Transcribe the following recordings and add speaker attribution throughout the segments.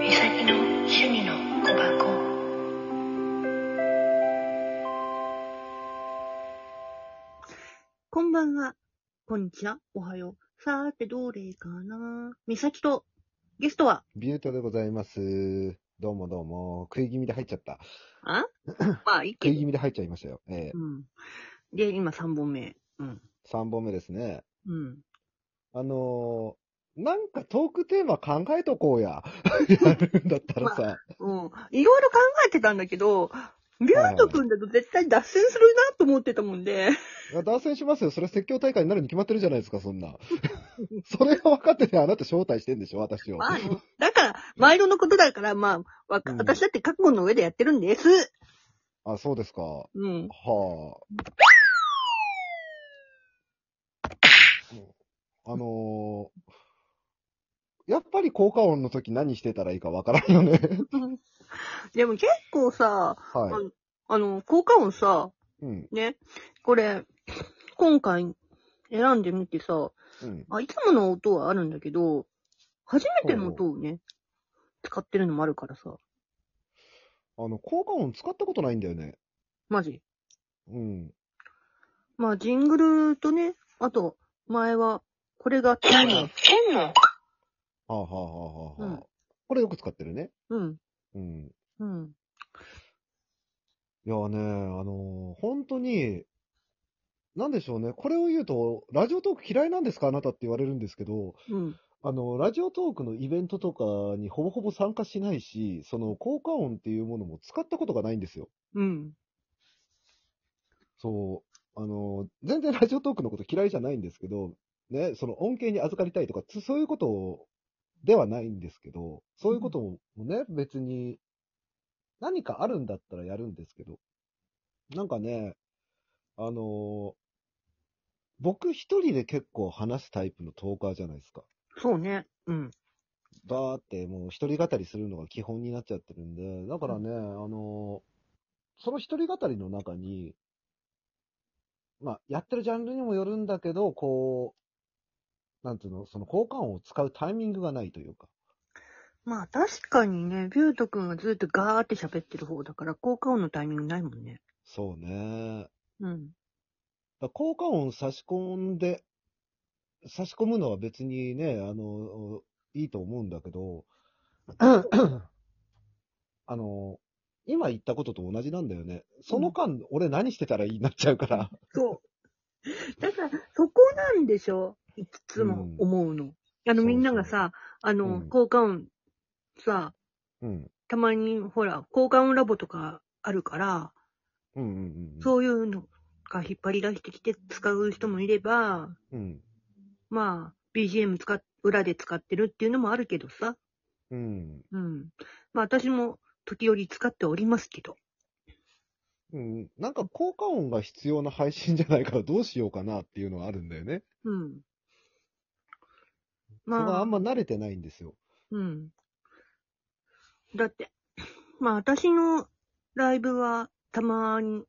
Speaker 1: 美咲の趣味の小箱
Speaker 2: こんばんは。こんにちは。おはよう。さーて、どれかなみさきと、ゲストは、
Speaker 3: ビュートでございます。どうもどうも。食い気味で入っちゃった。
Speaker 2: あまあ、一
Speaker 3: 食い
Speaker 2: 気
Speaker 3: 気味で入っちゃいましたよ。ええ
Speaker 2: うん。で、今3本目。うん。
Speaker 3: 3本目ですね。
Speaker 2: うん。
Speaker 3: あのー、なんかトークテーマ考えとこうや。やるんだったらさ。
Speaker 2: うん。いろいろ考えてたんだけど、ビュート君だと絶対脱線するなと思ってたもんで、
Speaker 3: いや脱線しますよ。それ説教大会になるに決まってるじゃないですか、そんな。それが分かってて、あなた招待してんでしょ、私を。
Speaker 2: まあね。だから、毎度のことだから、まあ、わか
Speaker 3: うん
Speaker 2: 私だって覚悟の上でやってるんです。
Speaker 3: あ、そうですか。は
Speaker 2: うん。
Speaker 3: あ。あのー、やっぱり効果音の時何してたらいいか分からんよね。
Speaker 2: でも結構さ、
Speaker 3: はい。
Speaker 2: あの、効果音さ、
Speaker 3: うん。
Speaker 2: ね、これ、今回選んでみてさ、
Speaker 3: うん。
Speaker 2: あ、いつもの音はあるんだけど、初めての音をね、使ってるのもあるからさ、
Speaker 3: あの、効果音使ったことないんだよね。
Speaker 2: マジ。
Speaker 3: うん。
Speaker 2: まあ、ジングルとね、あと、前は、これが、
Speaker 1: 何 言ってんの
Speaker 3: はあ、はあはあはあはあ
Speaker 2: うん
Speaker 3: これよく使ってるね。
Speaker 2: うん、
Speaker 3: うん。
Speaker 2: うん、
Speaker 3: いやね、あのー本当に、なんでしょうね。これを言うと、ラジオトーク嫌いなんですかあなたって言われるんですけど、
Speaker 2: うん、
Speaker 3: あの、ラジオトークのイベントとかにほぼほぼ参加しないし、その効果音っていうものも使ったことがないんですよ。
Speaker 2: うん、
Speaker 3: そう。あのー全然ラジオトークのこと嫌いじゃないんですけど、ね、その恩恵に預かりたいとか、つそういうことを、ではないんですけど、そういうこともね、別に、何かあるんだったらやるんですけど、なんかね、あのー僕一人で結構話すタイプのトーカーじゃないですか。
Speaker 2: そうね、うん、
Speaker 3: バーってもう一人語りするのが基本になっちゃってるんで、だからね、あのその一人語りの中に、まあ、やってるジャンルにもよるんだけど、こう、なんていうの、その交換音を使うタイミングがないというか。
Speaker 2: まあ、確かにね、ビュート君はずっとガーって喋ってる方だから、効果音のタイミングないもんね。
Speaker 3: そうね。
Speaker 2: うん、
Speaker 3: だから交換音を差し込んで、差し込むのは別にね、あの、いいと思うんだけど、あの、今言ったことと同じなんだよね。その間、俺何してたらいいになっちゃうから。
Speaker 2: そう。だから、そこなんでしょいつも思うの。あの、
Speaker 3: そう
Speaker 2: みんながさ、あの、
Speaker 3: うん
Speaker 2: 交換音、さ、
Speaker 3: うん。
Speaker 2: たまに、ほら、交換音ラボとかあるから、
Speaker 3: うんうんうん。
Speaker 2: そういうのが引っ張り出してきて使う人もいれば、
Speaker 3: うん。
Speaker 2: まあ、BGM 使っ、裏で使ってるっていうのもあるけどさ、
Speaker 3: うん。
Speaker 2: うん。まあ、私も時折使っておりますけど。
Speaker 3: うん。なんか効果音が必要な配信じゃないからどうしようかなっていうのはあるんだよね。
Speaker 2: うん。
Speaker 3: そこ
Speaker 2: ま
Speaker 3: は
Speaker 2: あ
Speaker 3: あん、ま慣れてないんですよ。
Speaker 2: うん。だって、まあ私のライブはたまに、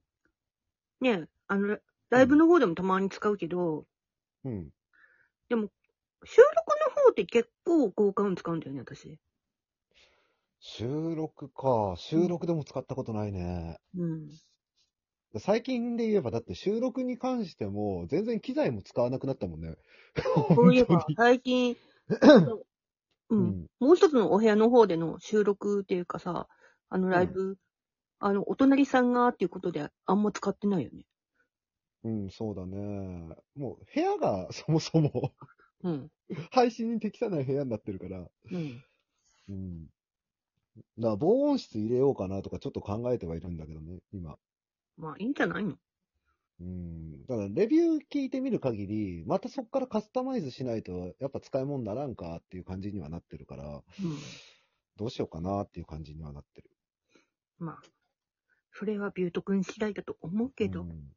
Speaker 2: ね、あの、ライブの方でもたまに使うけど、
Speaker 3: うん。
Speaker 2: 収録の方って結構効果音使うんだよね、私。
Speaker 3: 収録か。収録でも使ったことないね。
Speaker 2: うん。
Speaker 3: 最近で言えばだって収録に関しても全然機材も使わなくなったもんね。
Speaker 2: そういえ ば最近、う、
Speaker 3: うんん。
Speaker 2: もう一つのお部屋の方での収録っていうかさ、あのライブ、あの、お隣さんがっていうことであんま使ってないよね。
Speaker 3: うん、そうだね。もう部屋がそもそも
Speaker 2: うん。
Speaker 3: 配信に適さない部屋になってるから。
Speaker 2: うん。
Speaker 3: うん。だから防音室入れようかなとかちょっと考えてはいるんだけどね、今。
Speaker 2: まあいいんじゃないの
Speaker 3: うん。だから、レビュー聞いてみる限り、またそこからカスタマイズしないと、やっぱ使い物にならんかっていう感じにはなってるから、
Speaker 2: うん。
Speaker 3: どうしようかなっていう感じにはなってる。
Speaker 2: まあ、それはビュート君次第だと思うけ
Speaker 3: う
Speaker 2: ど、
Speaker 3: ん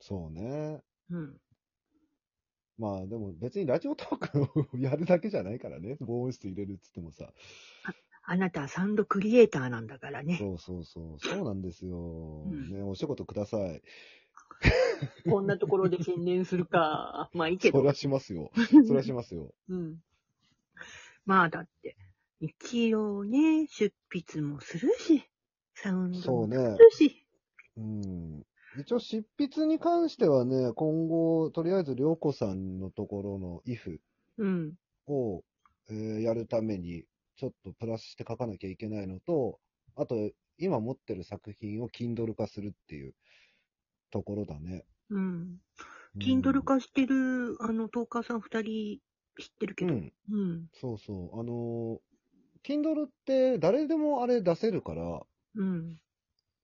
Speaker 3: そうね。
Speaker 2: うん。
Speaker 3: まあでも別にラジオトークをやるだけじゃないからね。防音室入れるっつってもさ。
Speaker 2: あなたはサウンドクリエイターなんだからね。
Speaker 3: そうそうそう。そうなんですよ。
Speaker 2: うん
Speaker 3: ね、お仕事ください。
Speaker 2: こんなところで宣伝する か。まあいいけ
Speaker 3: そ
Speaker 2: ど。
Speaker 3: らしま すよ。そらしますよ。
Speaker 2: うん。まあだって、一応ね、出筆もするし、サウンド
Speaker 3: そ
Speaker 2: も
Speaker 3: うね。
Speaker 2: するし。
Speaker 3: うん。一応執筆に関してはね、今後、とりあえず、りょうこさんのところの if
Speaker 2: うん。
Speaker 3: を、えーやるために、ちょっとプラスして書かなきゃいけないのと、あと、今持ってる作品を Kindle 化するっていうところだね。
Speaker 2: うん。
Speaker 3: うん
Speaker 2: Kindle 化してる、あの、トーカーさん二人知ってるけ
Speaker 3: う
Speaker 2: ど。
Speaker 3: ん。
Speaker 2: うん。
Speaker 3: そうそう。あのー、Kindle って誰でもあれ出せるから、
Speaker 2: うん。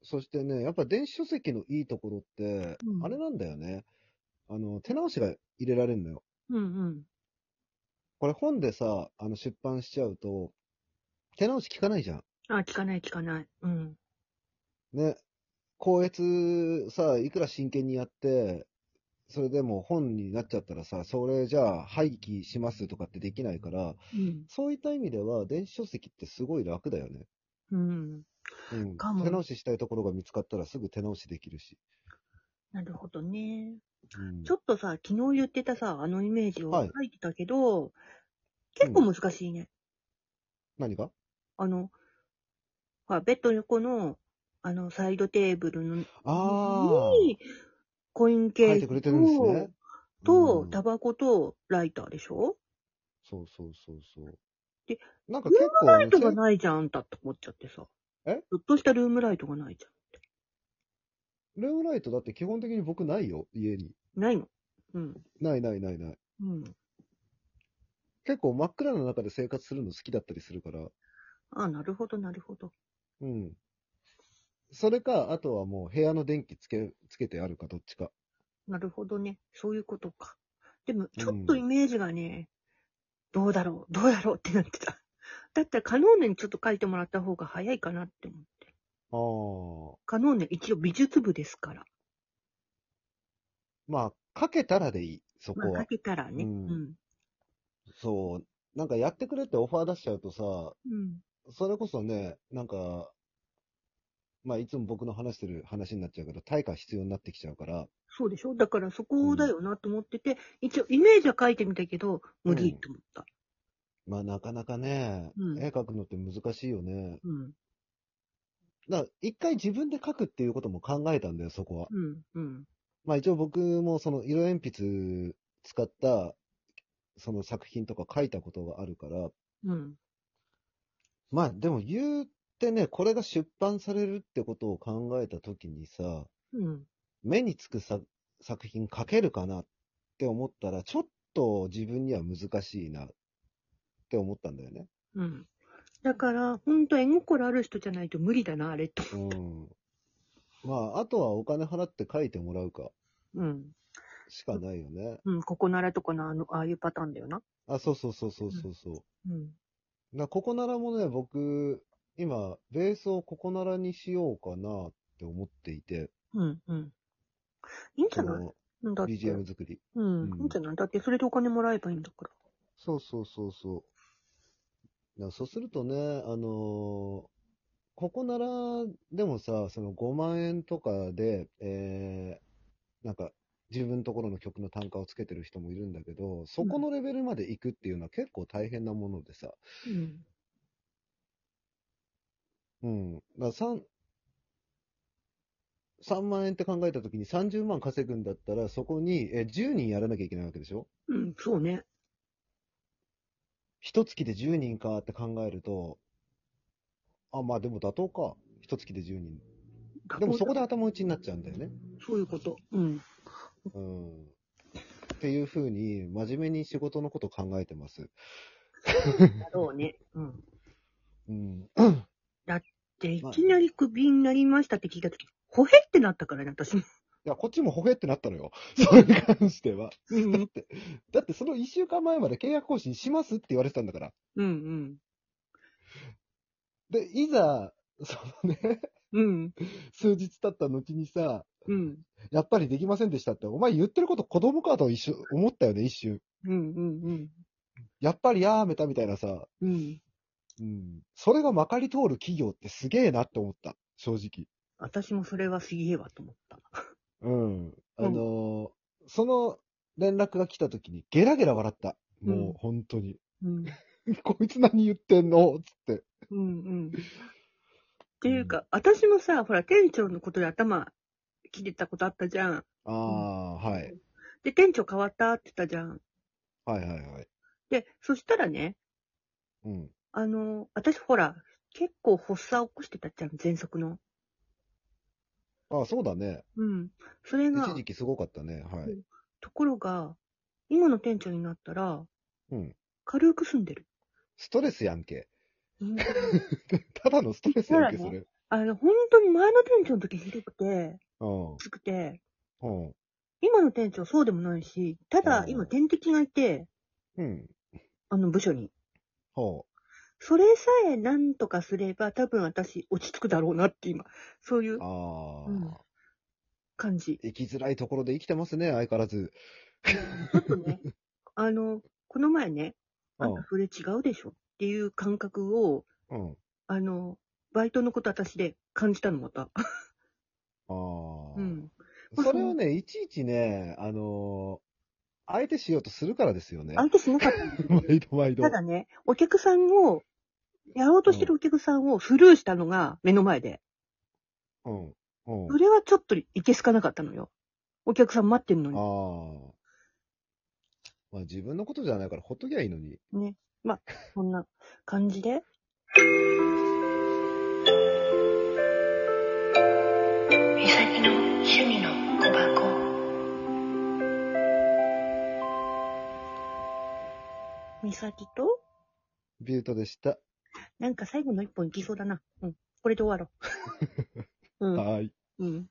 Speaker 3: そしてね、やっぱ電子書籍のいいところって、
Speaker 2: うん
Speaker 3: あれなんだよね。あの、手直しが入れられるのよ。
Speaker 2: うんうん。
Speaker 3: これ本でさ、あの出版しちゃうと、手直し聞かないじゃん。
Speaker 2: あ、聞かない聞かない。うん。
Speaker 3: ね。校閲さ、いくら真剣にやって、それでも本になっちゃったらさ、それじゃあ廃棄しますとかってできないから、
Speaker 2: うん。
Speaker 3: そういった意味では電子書籍ってすごい楽だよね。
Speaker 2: うん。
Speaker 3: うん。
Speaker 2: かも
Speaker 3: 手直ししたいところが見つかったらすぐ手直しできるし。
Speaker 2: なるほどね。
Speaker 3: うん
Speaker 2: ちょっとさ、昨日言ってたさ、あのイメージを
Speaker 3: は
Speaker 2: 書
Speaker 3: い
Speaker 2: いてたけど、結構難しいね。
Speaker 3: 何が
Speaker 2: あの、ほらベッドの横の、あの、サイドテーブルの、
Speaker 3: あ
Speaker 2: に、コイン
Speaker 3: あ、
Speaker 2: ケ
Speaker 3: 書
Speaker 2: ー
Speaker 3: いて
Speaker 2: ス
Speaker 3: くれてるんですね。
Speaker 2: と
Speaker 3: う、ん
Speaker 2: タバコと、ライターでしょ
Speaker 3: そうそうそうそう。
Speaker 2: で、
Speaker 3: なんか結構あ
Speaker 2: ラ
Speaker 3: の、
Speaker 2: イトがないじゃん、あんたって思っちゃってさ。
Speaker 3: え
Speaker 2: ちょっとしたルームライトがないじ
Speaker 3: ルームライトだって基本的に僕ないよ、家に。
Speaker 2: ゃん。ないの。うん。
Speaker 3: ないないないない。
Speaker 2: うん。
Speaker 3: 結構真っ暗な中で生活するの好きだったりするから。
Speaker 2: あなるほど、なるほど。
Speaker 3: うん。それか、あとはもう部屋の電気つけ、つけてあるかどっちか。
Speaker 2: なるほどね。そういうことか。でも、ちょっ
Speaker 3: う
Speaker 2: と
Speaker 3: ん
Speaker 2: イメージがね、どうだろう、どうだろうってなってた。 だったら、カノーネにちょっと書いてもらった方が早いかなって思う。
Speaker 3: ああ。
Speaker 2: カノーネ一応美術部ですから。
Speaker 3: まあ、かけたらでいい、そ
Speaker 2: ま
Speaker 3: こ
Speaker 2: あ、
Speaker 3: は
Speaker 2: か。けたらね。う
Speaker 3: うんん。そう。なんかやってくれってオファー出しちゃうとさ、
Speaker 2: うん。
Speaker 3: それこそね、なんか、まあ、いつも僕の話してる話になっちゃうけど、対価必要になってきちゃうから、
Speaker 2: そうでしょだからそこだよなと思ってて、一応イメージは書いてみたけど、無理と思った。
Speaker 3: まあ、なかなかね、
Speaker 2: うん
Speaker 3: 絵描くのって難しいよね。
Speaker 2: うん。
Speaker 3: だから、一回自分で描くっていうことも考えたんだよ、そこは。
Speaker 2: うん。うん。
Speaker 3: まあ一応僕もその色鉛筆使ったその作品とか書いたことがあるから、
Speaker 2: うん。
Speaker 3: まあでも言ってね、これが出版されるってことを考えた時にさ、
Speaker 2: うん。
Speaker 3: 目につくさ作品書けるかなって思ったら、ちょっと自分には難しいなって思ったんだよね。
Speaker 2: うん。だから、ほんと絵心ある人じゃないと無理だな、あれと。
Speaker 3: うん。まあ、あとはお金払って書いてもらうか
Speaker 2: うん。
Speaker 3: しかないよね。
Speaker 2: うん。ここならとかのあの、ああいうパターンだよな。
Speaker 3: あ、そうそうそうそうそうそう。
Speaker 2: うん。
Speaker 3: な、ここならもね、僕、今、ベースをここならにしようかなって思っていて、
Speaker 2: うん。うん。いいんじ
Speaker 3: そ
Speaker 2: ゃない
Speaker 3: の、
Speaker 2: うんだって。
Speaker 3: BGM 作り。
Speaker 2: うん。
Speaker 3: うん
Speaker 2: いいんじゃないだってそれでお金もらえばいいんだから。
Speaker 3: そうそうそうそう。なそうするとね、あのーここならでもさ、その5万円とかで、えー、なんか、自分のところの曲の単価をつけてる人もいるんだけど、そこのレベルまで行くっていうのは結構大変なものでさ、
Speaker 2: うん。
Speaker 3: うん。だから3、3万円って考えたときに30万稼ぐんだったら、そこにえ10人やらなきゃいけないわけでしょ
Speaker 2: うん。そうね。
Speaker 3: 一月で10人かって考えると、あ、まあでも妥当か。一月で10人。でもそこで頭打ちになっちゃうんだよね。
Speaker 2: そういうこと。うん。
Speaker 3: うん。っていうふうに、真面目に仕事のこと考えてます。
Speaker 2: だろうね。うん。
Speaker 3: うん。
Speaker 2: で、い
Speaker 3: まあ
Speaker 2: きなりクビになりましたって聞いたとき、ほへってなったからね、私も。
Speaker 3: いや、こっちもほへってなったのよ。 それに関しては。
Speaker 2: うん
Speaker 3: だって、だってその1週間前まで契約更新しますって言われてたんだから。
Speaker 2: うん。
Speaker 3: で、いざ、そのね、
Speaker 2: うん。
Speaker 3: 数日経った後にさ、
Speaker 2: うん。
Speaker 3: やっぱりできませんでしたって、お前言ってること子供かと一瞬思ったよね、一瞬。
Speaker 2: うん。うん。うん。
Speaker 3: やっぱりやめたみたいなさ、
Speaker 2: うん。
Speaker 3: うん。それがまかり通る企業ってすげえなって思った。正直。
Speaker 2: 私もそれはすげえわと思った。
Speaker 3: うん。あのーその連絡が来た時にゲラゲラ笑った。
Speaker 2: う
Speaker 3: も
Speaker 2: ん
Speaker 3: う本当に。
Speaker 2: うん。
Speaker 3: こいつ何言ってんのつって。
Speaker 2: うんうん。っていうか、私もさ、ほら、店長のことで頭切れたことあったじゃん。
Speaker 3: ああー、はい。
Speaker 2: で、店長変わったって言ったじゃん。
Speaker 3: はいはいはい。
Speaker 2: で、そしたらね、
Speaker 3: うん。
Speaker 2: あの、私ほら、結構発作起こしてたじゃん、喘息の。
Speaker 3: ああ、そうだね。
Speaker 2: うん。それが
Speaker 3: 一、時期すごかったね。はい。
Speaker 2: ところが、今の店長になったら、
Speaker 3: うん。
Speaker 2: 軽く済んでる。
Speaker 3: ストレスやんけ。
Speaker 2: うん
Speaker 3: ただのストレスやんけ、
Speaker 2: そ
Speaker 3: そう
Speaker 2: だ
Speaker 3: れ。
Speaker 2: あの、本当に前の店長の時ひどくて、
Speaker 3: うん。
Speaker 2: きつくて、
Speaker 3: うん。
Speaker 2: 今の店長そうでもないし、ただ今点滴がいて、
Speaker 3: うん。
Speaker 2: あの部署に。
Speaker 3: ほ
Speaker 2: それさえなんとかすれば多分私落ち着くだろうなって今、そういう
Speaker 3: う。ああ、
Speaker 2: うん感じ。
Speaker 3: 生きづらいところで生きてますね、相変わらず。
Speaker 2: ちょっとね、あの、この前ね、あ
Speaker 3: うん
Speaker 2: んたそれ違うでしょっていう感覚を、
Speaker 3: うん。
Speaker 2: あの、バイトのこと私で感じたのまた。
Speaker 3: ああ。
Speaker 2: うん。まあ
Speaker 3: それ をね、いちいちね、あのー相手しようとするからですよね。
Speaker 2: 相手しなかったんだけど
Speaker 3: 毎度毎度。
Speaker 2: ただね、お客さんを、やろうとしてるお客さんをスルーしたのが目の前で。
Speaker 3: うん。うん。
Speaker 2: それはちょっといけすかなかったのよ。お客さん待ってるの
Speaker 3: あ
Speaker 2: に。
Speaker 3: あ。まあ自分のことじゃないからほっときゃいいのに。
Speaker 2: ね。まあ、そんな感じで。
Speaker 1: みさきの趣味の小箱
Speaker 2: 美咲と、
Speaker 3: ビュートでした。
Speaker 2: なんか最後の一本いきそうだな。うん。これで終わろう。うん。
Speaker 3: はーい。
Speaker 2: うん。